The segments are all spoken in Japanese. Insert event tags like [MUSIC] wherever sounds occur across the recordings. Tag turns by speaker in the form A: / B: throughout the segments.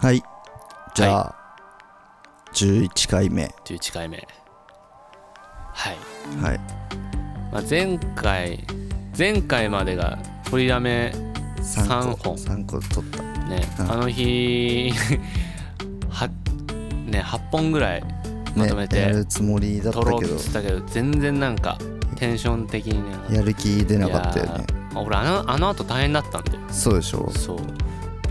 A: はいじゃあ、11回目
B: 11回目はい、
A: はい
B: まあ、前回前回までが取りだめ
A: 3個
B: 三本
A: 3個取った
B: ね、
A: うん
B: あの日 [LAUGHS] はね8本ぐらいまとめて
A: やるつもりだった
B: 取ろう
A: け
B: って
A: ど
B: 言ってたけど全然なんかテンション的になんか
A: やる気出なかったよね
B: いやー俺あのあの後大変だったんだよ
A: そうでしょ
B: そう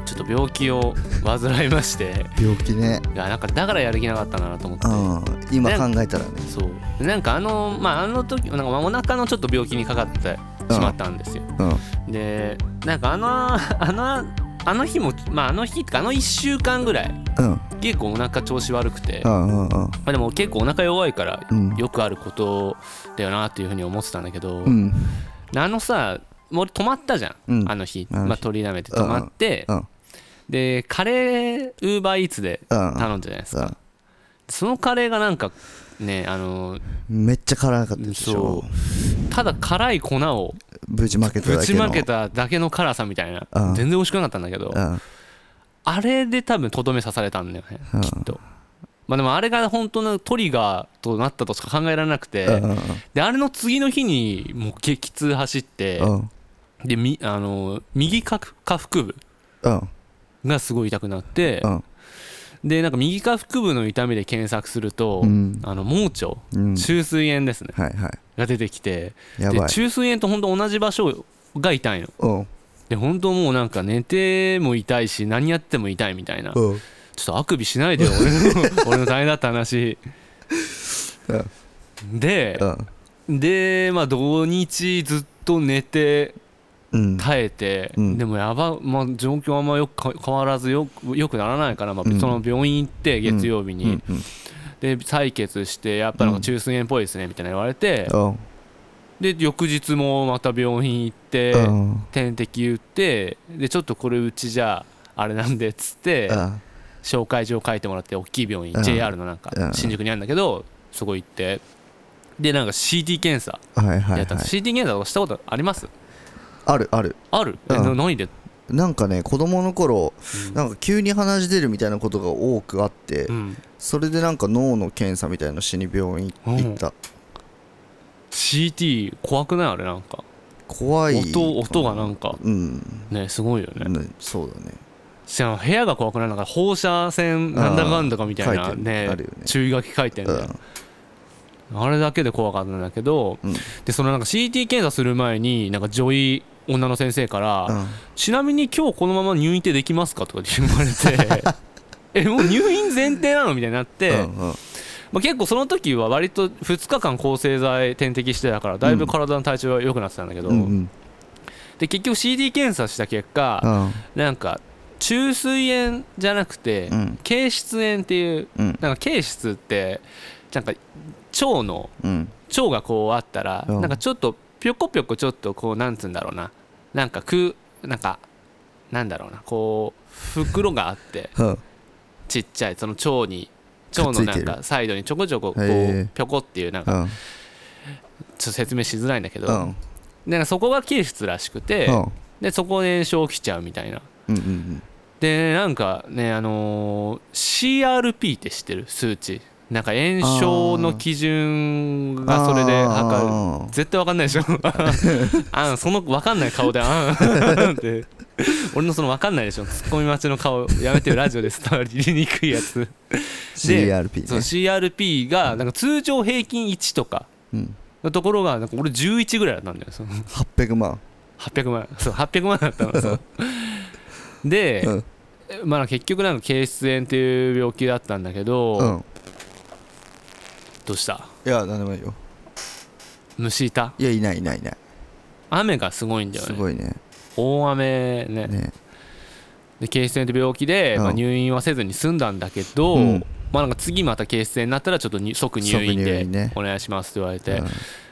B: ちょっと病気を患いまして
A: 病気ね
B: いやなんかだからやる気なかったんだなと思って、
A: うん今考えたらね
B: そうでなんかあのまああの時なんかお腹のちょっと病気にかかってしまったんですよ、
A: うん
B: でなんかあの [LAUGHS] あのあの日もまああの日ってかあの1週間ぐらい
A: うん
B: 結構お腹調子悪くて、
A: う
B: ま
A: んうんうん
B: あ、でも結構お腹弱いから
A: うん
B: よくあることだよなっていうふうに思ってたんだけど、
A: うん
B: あのさもう止まったじゃん、
A: うん
B: あの日、
A: あの日
B: まあ、取りだめて止まって、
A: うん
B: でカレーウーバーイーツで
A: うん
B: 頼んだじゃないですか、
A: さ
B: そのカレーがなんかねあの
A: めっちゃ辛かったでし
B: そ
A: ょ
B: うただ辛い粉を
A: ぶちまけただ
B: ぶ
A: け
B: ち
A: の
B: まけただけの辛さみたいな、
A: うん
B: 全然美味しくなかったんだけど、
A: うん
B: あれで多分とどめ刺されたんだよね、
A: うん
B: きっとまあでもあれが本当のトリガーとなったとしか考えられなくて、
A: うんうん
B: であれの次の日にもう激痛走って、
A: うん
B: でみあの右下下腹部
A: うん
B: がすごい痛くなって
A: う、ん
B: でなんか右下腹部の痛みで検索すると、
A: うん
B: あの盲腸
A: うん
B: 虫垂炎ですね、
A: はいはい
B: が出てきて
A: や
B: で
A: ばい
B: 虫垂炎と本当同じ場所が痛いの
A: うん
B: で本当もうなんか寝ても痛いし何やっても痛いみたいなち
A: う
B: ょ
A: ん
B: っとあくび
A: [LAUGHS]
B: しないでよ [LAUGHS] 俺の俺の大変だった話で
A: うん
B: でまあ土日ずっと寝て
A: うん
B: 耐えて、
A: うん
B: でもやば、まあ、状況あんまよくか変わらずよくよくならないから、ま
A: う
B: あ
A: ん
B: その病院行って月曜日に、
A: うんうん
B: で採血してやっぱなんか中水炎っぽいですねみたいな言われて、
A: うん
B: で翌日もまた病院行って、
A: うん
B: 点滴打ってでちょっとこれうちじゃあれなんでっつって、
A: うん
B: 紹介状書いてもらって大きい病院、
A: うん
B: JR のなんか、
A: うん
B: 新宿にあるんだけどそこ行ってでなんか CT 検査
A: はいはい
B: や
A: はい
B: ったの、CT 検査とかしたことあります
A: あるある
B: ある、え
A: うん
B: な何で、
A: なんかね子供の頃
B: うん
A: なんか急に鼻血出るみたいなことが多くあって
B: うん、
A: それでなんか脳の検査みたいなのしに病院行った
B: CT 怖くないあれなんか
A: 怖い
B: 音音がなんか
A: うん
B: ねすごいよね、
A: ねそうだね
B: しかも部屋が怖くないなんか放射線なんだかんだかみたい
A: あー書
B: ない
A: てる
B: ね
A: あるよね
B: 注意書き書いてんだよ、あれだけで怖かったんだけど、
A: うん
B: でそのなんか CT 検査する前になんか女医女の先生から、
A: うん
B: ちなみに今日このまま入院ってできますかとかって言
A: [LAUGHS]
B: われてえもう入院前提なのみたいになって、
A: うんうん
B: まあ、結構その時は割と2日間抗生剤点滴してたからだいぶ体の体調は良くなってたんだけど、
A: うんうん
B: で結局 CD 検査した結果、なんか虫垂炎じゃなくて、
A: うん
B: 憩室炎っていう
A: うん
B: なんか憩室ってなんか腸の
A: うん
B: 腸がこうあったら、
A: うん
B: なんかちょっとぴょこぴょこちょっとこうなんつうんだろうななんかくなんかなんだろうなこう袋が
A: [LAUGHS]
B: あって
A: うん
B: ちっちゃいその腸に腸のなん
A: くっついて
B: かサイドにちょこちょここ
A: へ
B: う
A: ー
B: ぴょこっていうなん
A: う
B: か
A: ん
B: ちょっと説明しづらいんだけど、
A: うん
B: なんかそこが憩室らしくて、
A: うん
B: でそこで炎症起きちゃうみたいな
A: うんうん
B: でなんかねあのー CRP って知ってる数値なんか炎症の基準がそれで測る
A: あ
B: 絶対わかんない
A: [LAUGHS]
B: でしょあんそのわかんない顔であんって俺のそのわかんないでしょツッコミ待ちの顔やめてよラジオで伝わりにくいやつ
A: ー
B: で
A: CRP
B: そう
A: ね
B: CRP がなんか通常平均1とか
A: うん
B: のところがなんか俺11ぐらいだったんだよその
A: 800万
B: 800万そう800万だった
A: [LAUGHS]
B: のそうで、
A: うん
B: まあ、結局なんか憩室炎っていう病気だったんだけど、
A: うん
B: どうした
A: いや何でもいいよ
B: 虫いた
A: いやいないいないいない
B: 雨がすごいんだよ
A: す
B: ね
A: ごいね
B: 大雨ね
A: ね
B: で憩室炎って病気で、
A: うん
B: まあ、入院はせずに済んだんだけど、
A: うん
B: まあ、なんか次また憩室炎になったらちょっとに即入院
A: 即入
B: で
A: 院ね
B: お願いしますって言われて、
A: うん
B: ま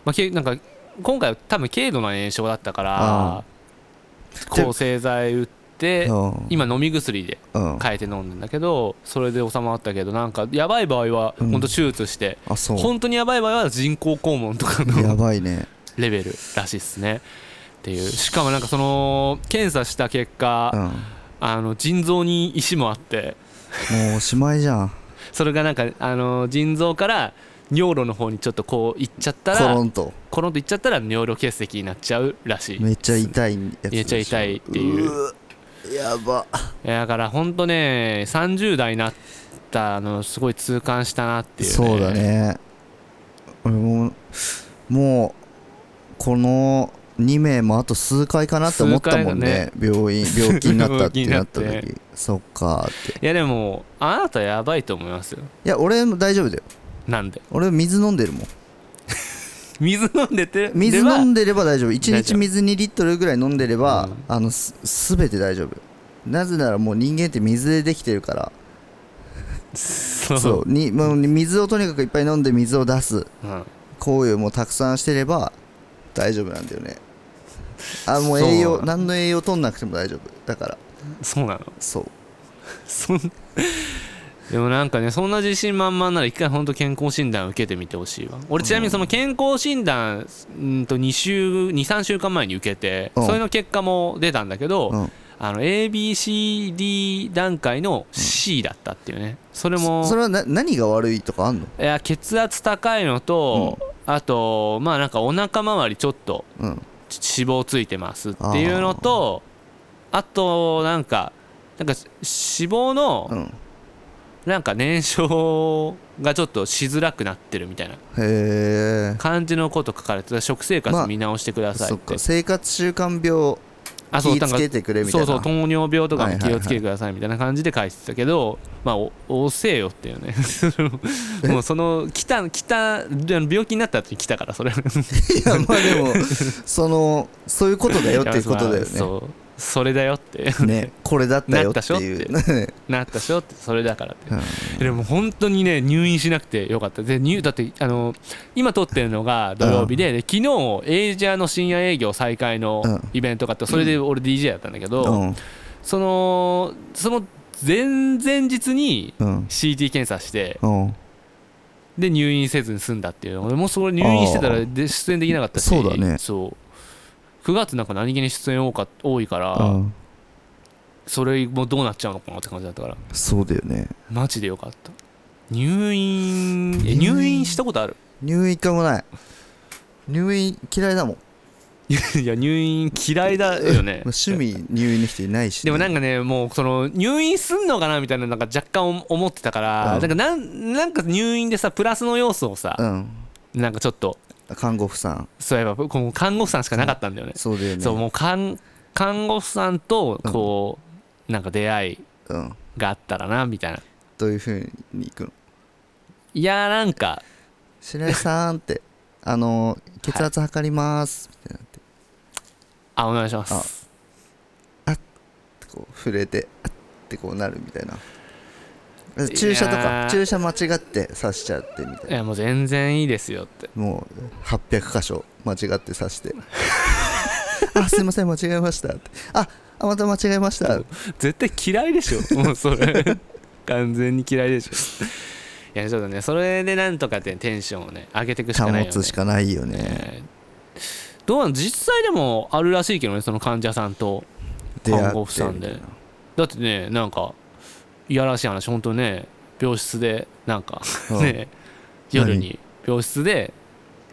B: あ、けなんか今回は多分軽度な炎症だったから
A: で
B: 抗生剤打って
A: うん
B: 今飲み薬で
A: うん
B: 変えて飲んだんだけどそれで収まったけどなんかやばい場合は
A: うん
B: 本当手術して、
A: あそう
B: 本当にやばい場合は人工肛門とか
A: や
B: の
A: ばいね
B: レベルらしいっすねっていうしかもなんかその検査した結果、
A: うん
B: あの腎臓に石もあって
A: もうおしまいじゃん。
B: それがなんか、あのー腎臓から尿路の方にちょっとこう行っちゃった
A: コロ
B: ら
A: ンと。
B: コロンと行っちゃったら尿路結石になっちゃうらしい
A: めっちゃ痛いやつでしょ。
B: めっちゃ痛いっていう
A: うー。やば。
B: いやだからほんとね30代になったのすごい痛感したなっていう、
A: そうだね。俺も、もう、この2名もあと数回かなって思ったもんね。病院、病気になったってなった
B: 病気に
A: 時。そっかーって。
B: いやでもあなたやばいと思いますよ
A: いや、俺も大丈夫だよ。
B: なんで
A: 俺水飲んでるもん。
B: 水飲んでて
A: 水
B: では
A: 飲んでれば大丈夫1
B: 大丈
A: 日
B: 夫
A: 水2リットルぐらい飲んでれば、
B: うん
A: あのすすべて大丈夫なぜならもう人間って水でできてるから
B: そう
A: そうにもう水をとにかくいっぱい飲んで水を出す
B: うん
A: 行為もたくさんしてれば大丈夫なんだよねあもう
B: そう
A: 栄養何の栄養取んなくても大丈夫だから
B: そうなの
A: そう
B: そんでもなんかねそんな自信満々なら一回ほんと健康診断受けてみてほしいわ俺ちなみにその健康診断うんと2週23週間前に受けて
A: うん
B: それの結果も出たんだけど、
A: うん
B: あの ABCD 段階の C だったっていうねそれも
A: そそれはな何が悪いとかあんの
B: いや血圧高いのと、あとまあなんかお腹周りちょっと
A: うん
B: ち脂肪ついてますっていうのとあとなんかなんかし脂肪
A: う
B: の
A: ん
B: なんか燃焼がちょっとしづらくなってるみたいな
A: へえ
B: 感じのこと書かれてた食生
A: まあ
B: 活見直してください
A: そ
B: っ
A: ってか、生活習慣病
B: あ
A: 気
B: なん
A: つ
B: か
A: けてくれみたい
B: そう
A: な
B: そう糖尿病とかも気をつけ
A: はいはいは
B: て
A: い
B: くださいみたいな感じで書いてたけど、まあお遅えよっていうね [LAUGHS] そのもうその来た来た病気になった後に来たからそれ
A: いやまあでもそのそういうことだよっていうことだよ
B: いやまあ
A: ね
B: [LAUGHS] そうそれだよって [LAUGHS]
A: ねこれだったよっていう
B: な
A: ね
B: なったでしょってそれだからって
A: うん [LAUGHS]
B: でも本当にね入院しなくてよかったで入だってあの今撮ってるのが土曜日で,、で昨日エイジアの深夜営業再開の
A: うん
B: イベントがあってそれで俺 DJ だったんだけど、
A: うん
B: そのその前々日に
A: うん
B: CT 検査して
A: うん
B: で入院せずに済んだっていう俺もうそれ入院してた
A: あ
B: ら
A: ー
B: で出演できなかったし
A: そうだね
B: そう9月なんか何気に出演多か多いから、
A: うん
B: それもどうなっちゃうのかなって感じだったから
A: そうだよね
B: マジでよかった入院え入院したことある
A: 入院一回もない入院嫌いだもん
B: [LAUGHS] いや入院嫌いだ
A: [LAUGHS]
B: よね
A: 趣味入院の人いないし
B: でもなんんかねもうその入院すんのかなみたいななんか若干思思ってたか
A: うん
B: ら、なんかなんなんか入院でさプラスの要素をさ、
A: うん
B: なんかちょっと
A: 看護婦さん
B: そういえばこの看護婦さんしかなかったんだよね、
A: そうだよね
B: そうもう看看護婦さんとこう、なんか出会い
A: うん
B: があったらなみたいな
A: どういうふうに行くの
B: いやーなんか
A: 白井さんってあの血圧測りますみたいなって
B: あお願いします
A: こう触れてあってこうなるみたいな注射とか注射間違って刺しちゃってみたい
B: い
A: な
B: やもう全然いいですよって
A: もう800箇所間違って刺して
B: [LAUGHS]
A: あすいません間違えましたってああまた間違えました
B: 絶対嫌いでしょもうそれ完全に嫌いでしょいやちょっとねそれでなんとかってテンションをね上げていくしかないよ
A: 保
B: ね
A: つしかないよね
B: えーどうなの実際でもあるらしいけどねその患者さんと
A: 出会って
B: 看護婦さんでだってねなんかいやらしい話本当ね病室でなんか
A: うん
B: ね夜に病室で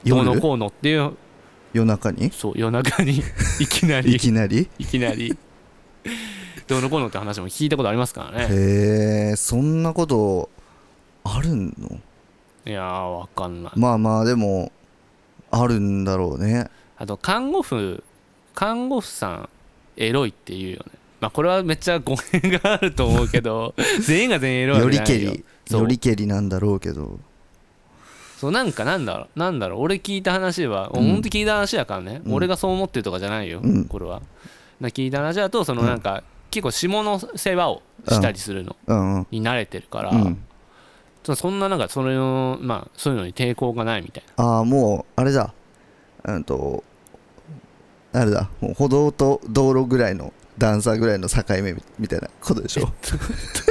B: どうの
A: 夜
B: こうのっていう
A: 夜中に
B: そう夜中に [LAUGHS] いきないり
A: きなり
B: いきなりどうのこうのって話も聞いたことありますからね
A: へえそんなことあるの
B: いやーわかんない
A: まあまあでもあるんだろうね
B: あと看護婦看護婦さんエロいって言うよねまあこれはめっちゃ語弊があると思うけ
A: [LAUGHS]
B: ど全員が全員エロいわ
A: よ
B: けじ
A: り
B: ゃ
A: け
B: ないよ
A: り
B: そう
A: よりけりなんだろうけど
B: そうなんかなんだろうなんだろう俺聞いた話は、
A: うん
B: 本当聞いた話やからね、
A: うん
B: 俺がそう思ってるとかじゃないよ、
A: うん
B: これはな聞いた話だとそのなんか、結構下の世話をしたりするの
A: うんうん
B: に慣れてるから、
A: うん
B: そそんななんかそれのまあそういうのに抵抗がないみたいな [LAUGHS]
A: ああもうあれだうんとあれだもう歩道と道路ぐらいの段差ぐらいの境目みみたいなことでしょ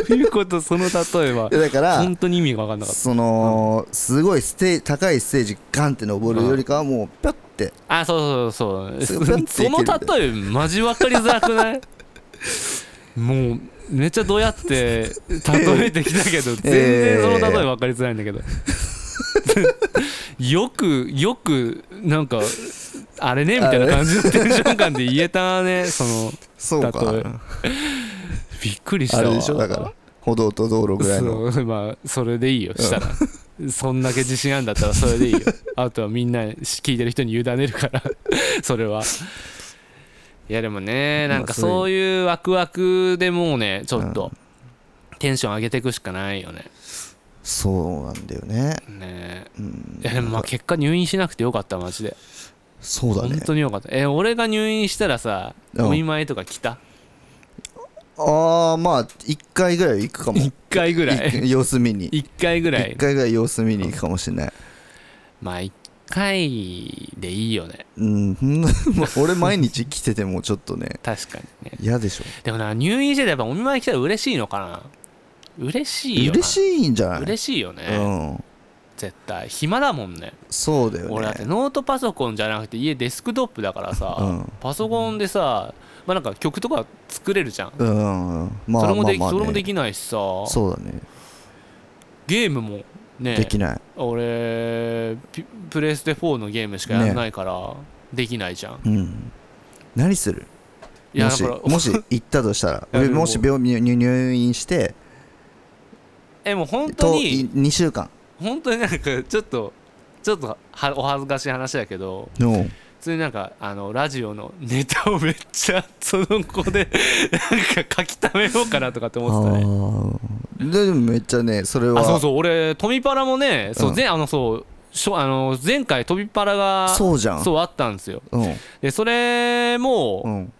B: ということその例えば
A: いやだから
B: 本当に意味が分かんなかった
A: そのすごいステー高いステージガンって登るよりかはもうピョって
B: あそう [LAUGHS] そうそう
A: すぐパッていける
B: その例えマジ分かりづらくない [LAUGHS] もうめっちゃどうやって例えてきた
A: [LAUGHS]
B: けど全然その例え分かりづらいんだけど [LAUGHS] よくよくなんかあれねみたいな感じのテンション感で言えたねその
A: そう
B: 例え
A: か
B: びっくりした
A: あ
B: わ
A: れでしょだから歩道と道路ぐらいの
B: そうまあそれでいいよしたら、そんだけ自信あるんだったらそれでいい
A: [LAUGHS]
B: よあとはみんな聞いてる人に委ねるから [LAUGHS] それはいやでもね
A: まあ
B: なんか
A: そ
B: そうういうワクワクでもうねちょっと
A: う
B: テンション上げていくしかないよね
A: そうなんだよね
B: ね
A: うん
B: えいやでもまあ結果入院しなくてよかったマジで、
A: そうだ
B: 本
A: ね
B: 当によかったえ俺が入院したらさ
A: うん
B: お見舞いとか来た
A: ああまあ1回ぐらい行くかも
B: 1回ぐらい
A: い様子見に
B: 1回ぐら
A: 1
B: い
A: 回ぐらい様子見に行くかもしれない
B: まあ1回でいいよね
A: うん、 [LAUGHS] まあ俺毎日来ててもちょっと
B: [LAUGHS]
A: ね
B: 確かにね
A: 嫌でしょ
B: でもな入院しててやっぱお見舞い来たら嬉しいのかな嬉しいよな
A: 嬉しいんじゃない
B: 嬉しいよね、
A: うん
B: 絶対暇だもんね
A: そうだよね
B: 俺だってノートパソコンじゃなくて家デスクトップだからさ、
A: うん
B: パソコンでさまあなんか曲とか作れるじゃん、
A: うんうんまあ
B: それもでき、
A: まあまあね
B: それもできないしさ
A: そうだね
B: ゲームもね
A: できない
B: 俺ピプレステ4のゲームしかやんないからできないじゃん、
A: うん何する
B: いや
A: も
B: だ
A: し
B: から
A: [LAUGHS] もし行ったとしたら
B: いやで
A: 俺
B: も
A: もし病入入院して
B: [LAUGHS] えもう本当
A: と
B: に
A: 2週間
B: 本当になんかちょっとちょっとはお恥ずかしい話だけど
A: の
B: 普通になんかあのラジオのネタをめっちゃその子で [LAUGHS] なんか書き溜めようかなとかって
A: あ
B: 思ってたね
A: ーででもめっちゃねそれ
B: あ
A: は
B: そうそう俺トミパラもねそう、
A: うん
B: ぜあのそうしょあの前回トミパラが
A: そうじゃん
B: そうあったんですよ
A: うん
B: でそれも、
A: うん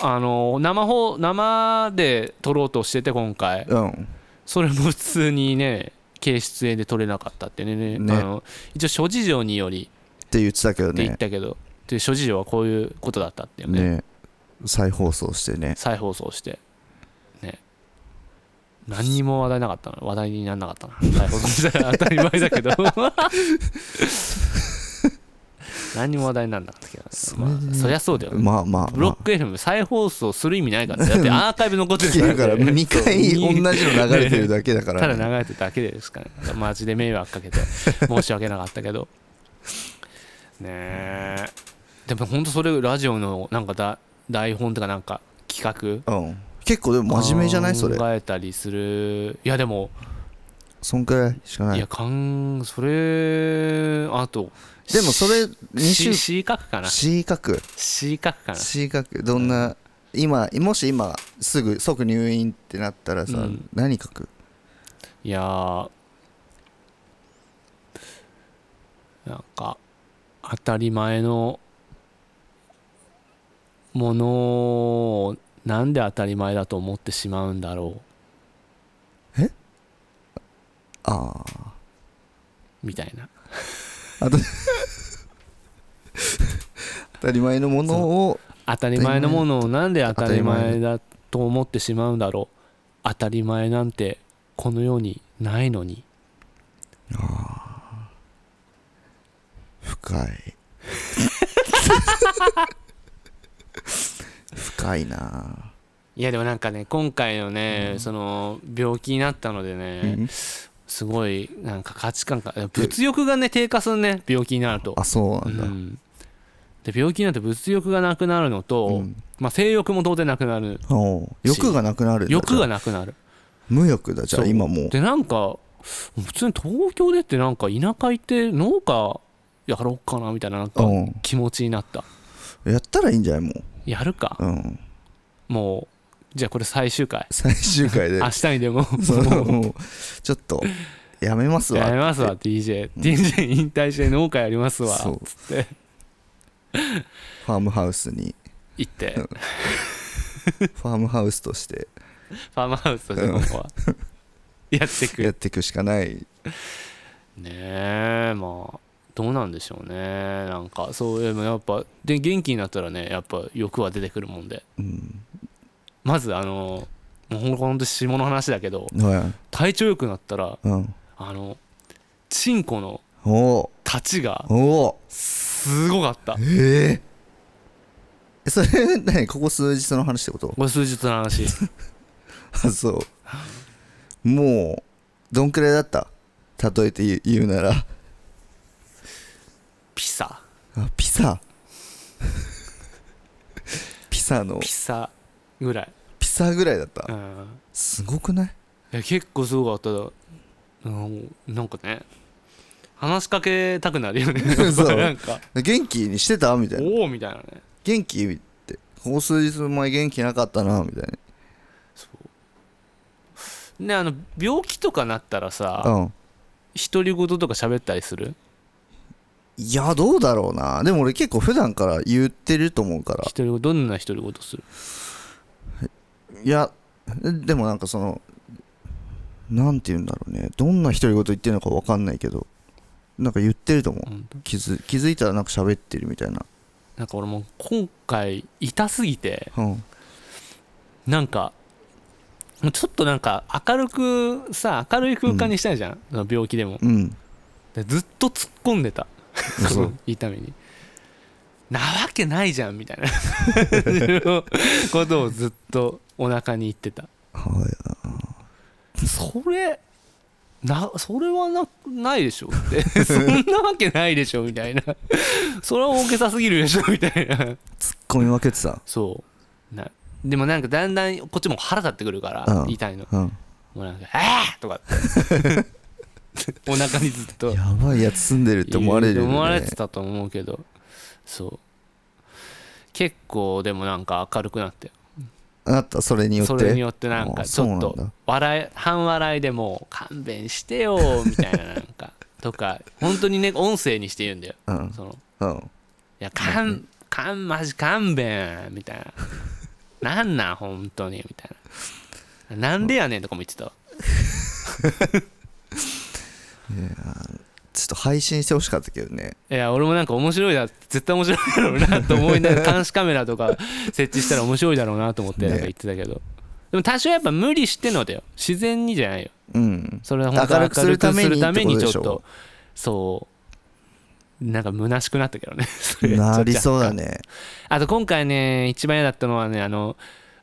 B: あの生放生で撮ろうとしてて今回
A: うん
B: それも普通にね軽出演で撮れなかったってね
A: ね
B: あの一応諸事情により
A: って言ってたけど
B: って言
A: ね
B: ったけど、で諸事情はこういうことだったっていうね
A: ね再放送してね
B: 再放送してね何にも話題なかったな話題にならなかったな再放送したら当たり前だ
A: [LAUGHS]
B: けど何にも話題にならなかったけど、まあ、そりゃそうだよ、
A: まあまあ
B: ブロ
A: ま
B: ック FM 再放送する意味ないからねだってアーカイブ残っ
A: あ
B: て
A: 聞け
B: る
A: るから
B: ね
A: 2回
B: [LAUGHS] そう
A: 同じの流れてるだけだか
B: た
A: ら
B: だ
A: ね
B: 流れてただけですからねマジで迷惑かけて申し訳なかったけどねえでも本当それラジオのなんかだ台本とかなんか企画
A: うん結構でも真面目じゃないそれ
B: 考えたりするいやでも、、
A: そんくらいしかないい
B: やかんそれあと
A: でもそれ2
B: C,
A: 週
B: C 角かな
A: C 角
B: C 角かな
A: C 角どんな今もし今すぐ即入院ってなったらさ、
B: うん
A: 何書く
B: いやーなんか当たり前のものをなんで当たり前だと思ってしまうんだろ
A: ああ
B: うみたいな
A: 当たり前のものを
B: 当たり前のものをなんで当たり前だと思ってしまうんだろう当たり前なんてこの世にないのに
A: 深
B: [LAUGHS]
A: い深いない
B: やでもなんかね今回のね、その病気になったのでね、
A: うん
B: すごいなんか価値観が物欲がね低下するね病気になると
A: あそうなんだ、
B: うんで病気になって物欲がなくなるのと、
A: うん
B: まあ、性欲も当然なくなる
A: おう欲がなくなるんだ
B: 欲
A: じゃ
B: が
A: あ
B: なくなる
A: 無欲だじゃあ
B: そう
A: 今もう
B: でなんか普通に東京でってなんか田舎行って農家やろうかなみたいななんか
A: うん
B: 気持ちになった
A: やったらいいんじゃないも
B: やるか
A: う、うん、
B: もうじゃあこれ最終回
A: 最終回で
B: 明日にでも
A: その
B: も
A: もうちょっとやめます
B: う
A: わ
B: やめますわ DJDJ、DJ 引退して農家やりますわ
A: そう
B: つって
A: ファームハウスに
B: 行って
A: うんファームハウスとして
B: ファームハウスとしてここはやってく
A: やっていくしかない
B: ねえまあどうなんでしょうねなんかそうでもやっぱで元気になったらねやっぱ欲は出てくるもんで
A: うん
B: まずあのもうほんほんと下の話だけど
A: は
B: 体調良くなったら
A: いうん
B: あのチンコの
A: おう
B: 立ちが
A: おう
B: すごかった
A: ええそれ何ここ数日の話ってこと [LAUGHS]
B: これ数日の話
A: あそうもうどんくらいだった例えて言う言うなら
B: [LAUGHS] ピサ
A: あピサ [LAUGHS] ピサの
B: ピサぐらい、
A: ピサぐらいだった
B: うん、
A: すごくない
B: いや結構すごかったうんなんかね話しかけたくなるよね [LAUGHS]
A: そう
B: なんか
A: 元気にしてたみたいな
B: おおみたいなね
A: 元気ってここ数日前元気なかったなみたい
B: そうねあの病気とかなったらさ
A: なうん
B: 独り言とか喋ったりする
A: いやどうだろうなでも俺結構普段から言ってると思うから
B: 独り言どんな独り言する
A: いやでもなんかそのなんて言うんだろうねどんな独り言言ってるのか分かんないけどなんか言ってると思う
B: 本当
A: 気づ気づいたらなんか喋ってるみたいな
B: なんか俺もう今回痛すぎて
A: うん
B: なんかもうちょっとなんか明るくさ明るい空間にしたいじゃん、その病気でも
A: うん
B: でずっと突っ込んでた
A: 嘘
B: 痛みになわけないじゃんみたいな [LAUGHS] ことをずっとお腹に言ってた
A: はい
B: それなそれはなないでしょって [LAUGHS] そんなわけないでしょみたいなそれは大げさすぎるでしょみたいな
A: ツッコミ分けてた
B: そうなでもなんかだんだんこっちも腹立ってくるから、
A: うん
B: 痛いの
A: うん
B: もうなんか「ああ!」とか
A: [LAUGHS]
B: ってお腹にずっと
A: やばいやつ住んでるって思われるよね
B: 思われてたと思うけどそう結構でもなんか明るくなって
A: あったそれによって
B: それによってなんか
A: あ
B: ち
A: そう
B: ょ
A: な
B: っ
A: んだ
B: と笑い半笑いでもう勘弁してよみたいななん
A: [LAUGHS]
B: かとか本当にね音声にして言うんだよ
A: うん
B: その
A: うん
B: いや勘勘マジ勘弁みたいななんなん本当にみたいななんでやねんとかも言ってたわ
A: ちょっと配信してほしかったけどね
B: いや俺もなんか面白いな絶対面白いだろうなと思いな
A: [LAUGHS]
B: がら監視カメラとか設置したら面白いだろうなと思って
A: ね
B: なんか言ってたけど、でも多少やっぱ無理してのだよ自然にじゃないよ
A: うん
B: それは本当
A: 明るくするために
B: 明るくするために
A: って
B: ち
A: ことでしょ
B: ょっとそうなんか虚しくなったけどね [LAUGHS] それ
A: なりそうだ
B: ちょっと若干
A: ね
B: あと今回ね一番嫌だったのはねあの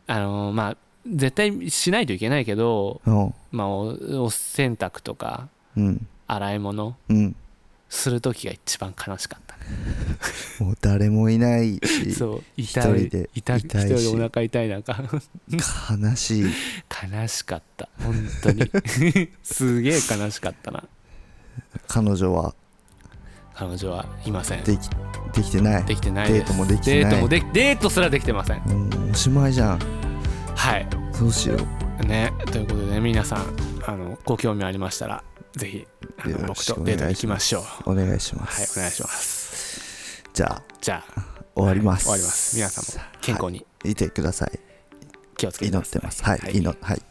B: あのまあ絶対しないといけないけど、
A: うん
B: まあ、おお洗濯とか
A: うん
B: 洗い物
A: うん
B: する時が一番悲しかったね
A: もう誰もいないし
B: [LAUGHS] そう
A: 一
B: 痛
A: 人
B: い
A: で
B: 痛い
A: 痛い
B: 一
A: し
B: 人でお腹痛い中
A: 悲しい
B: [LAUGHS] 悲しかった本当に [LAUGHS] すげえ悲しかったな
A: 彼女は
B: 彼女はいません
A: できできてない
B: できてない
A: デー
B: です
A: トもできて
B: デ
A: ない
B: ートもでデートすらできてません
A: うんおしまいじゃん
B: はい
A: どうしよう
B: ねということでね皆さんあのご興味ありましたらぜひあの
A: よろ
B: 僕
A: しく
B: とデートに行きましょう
A: お願いしま
B: はい
A: す
B: お願いします
A: じゃあ
B: じゃあ
A: 終わります
B: 終わります皆さんも健康に
A: いてください
B: 気をつけ
A: 祈
B: てくだ
A: っ
B: さ
A: てますはい
B: はい
A: 祈っはい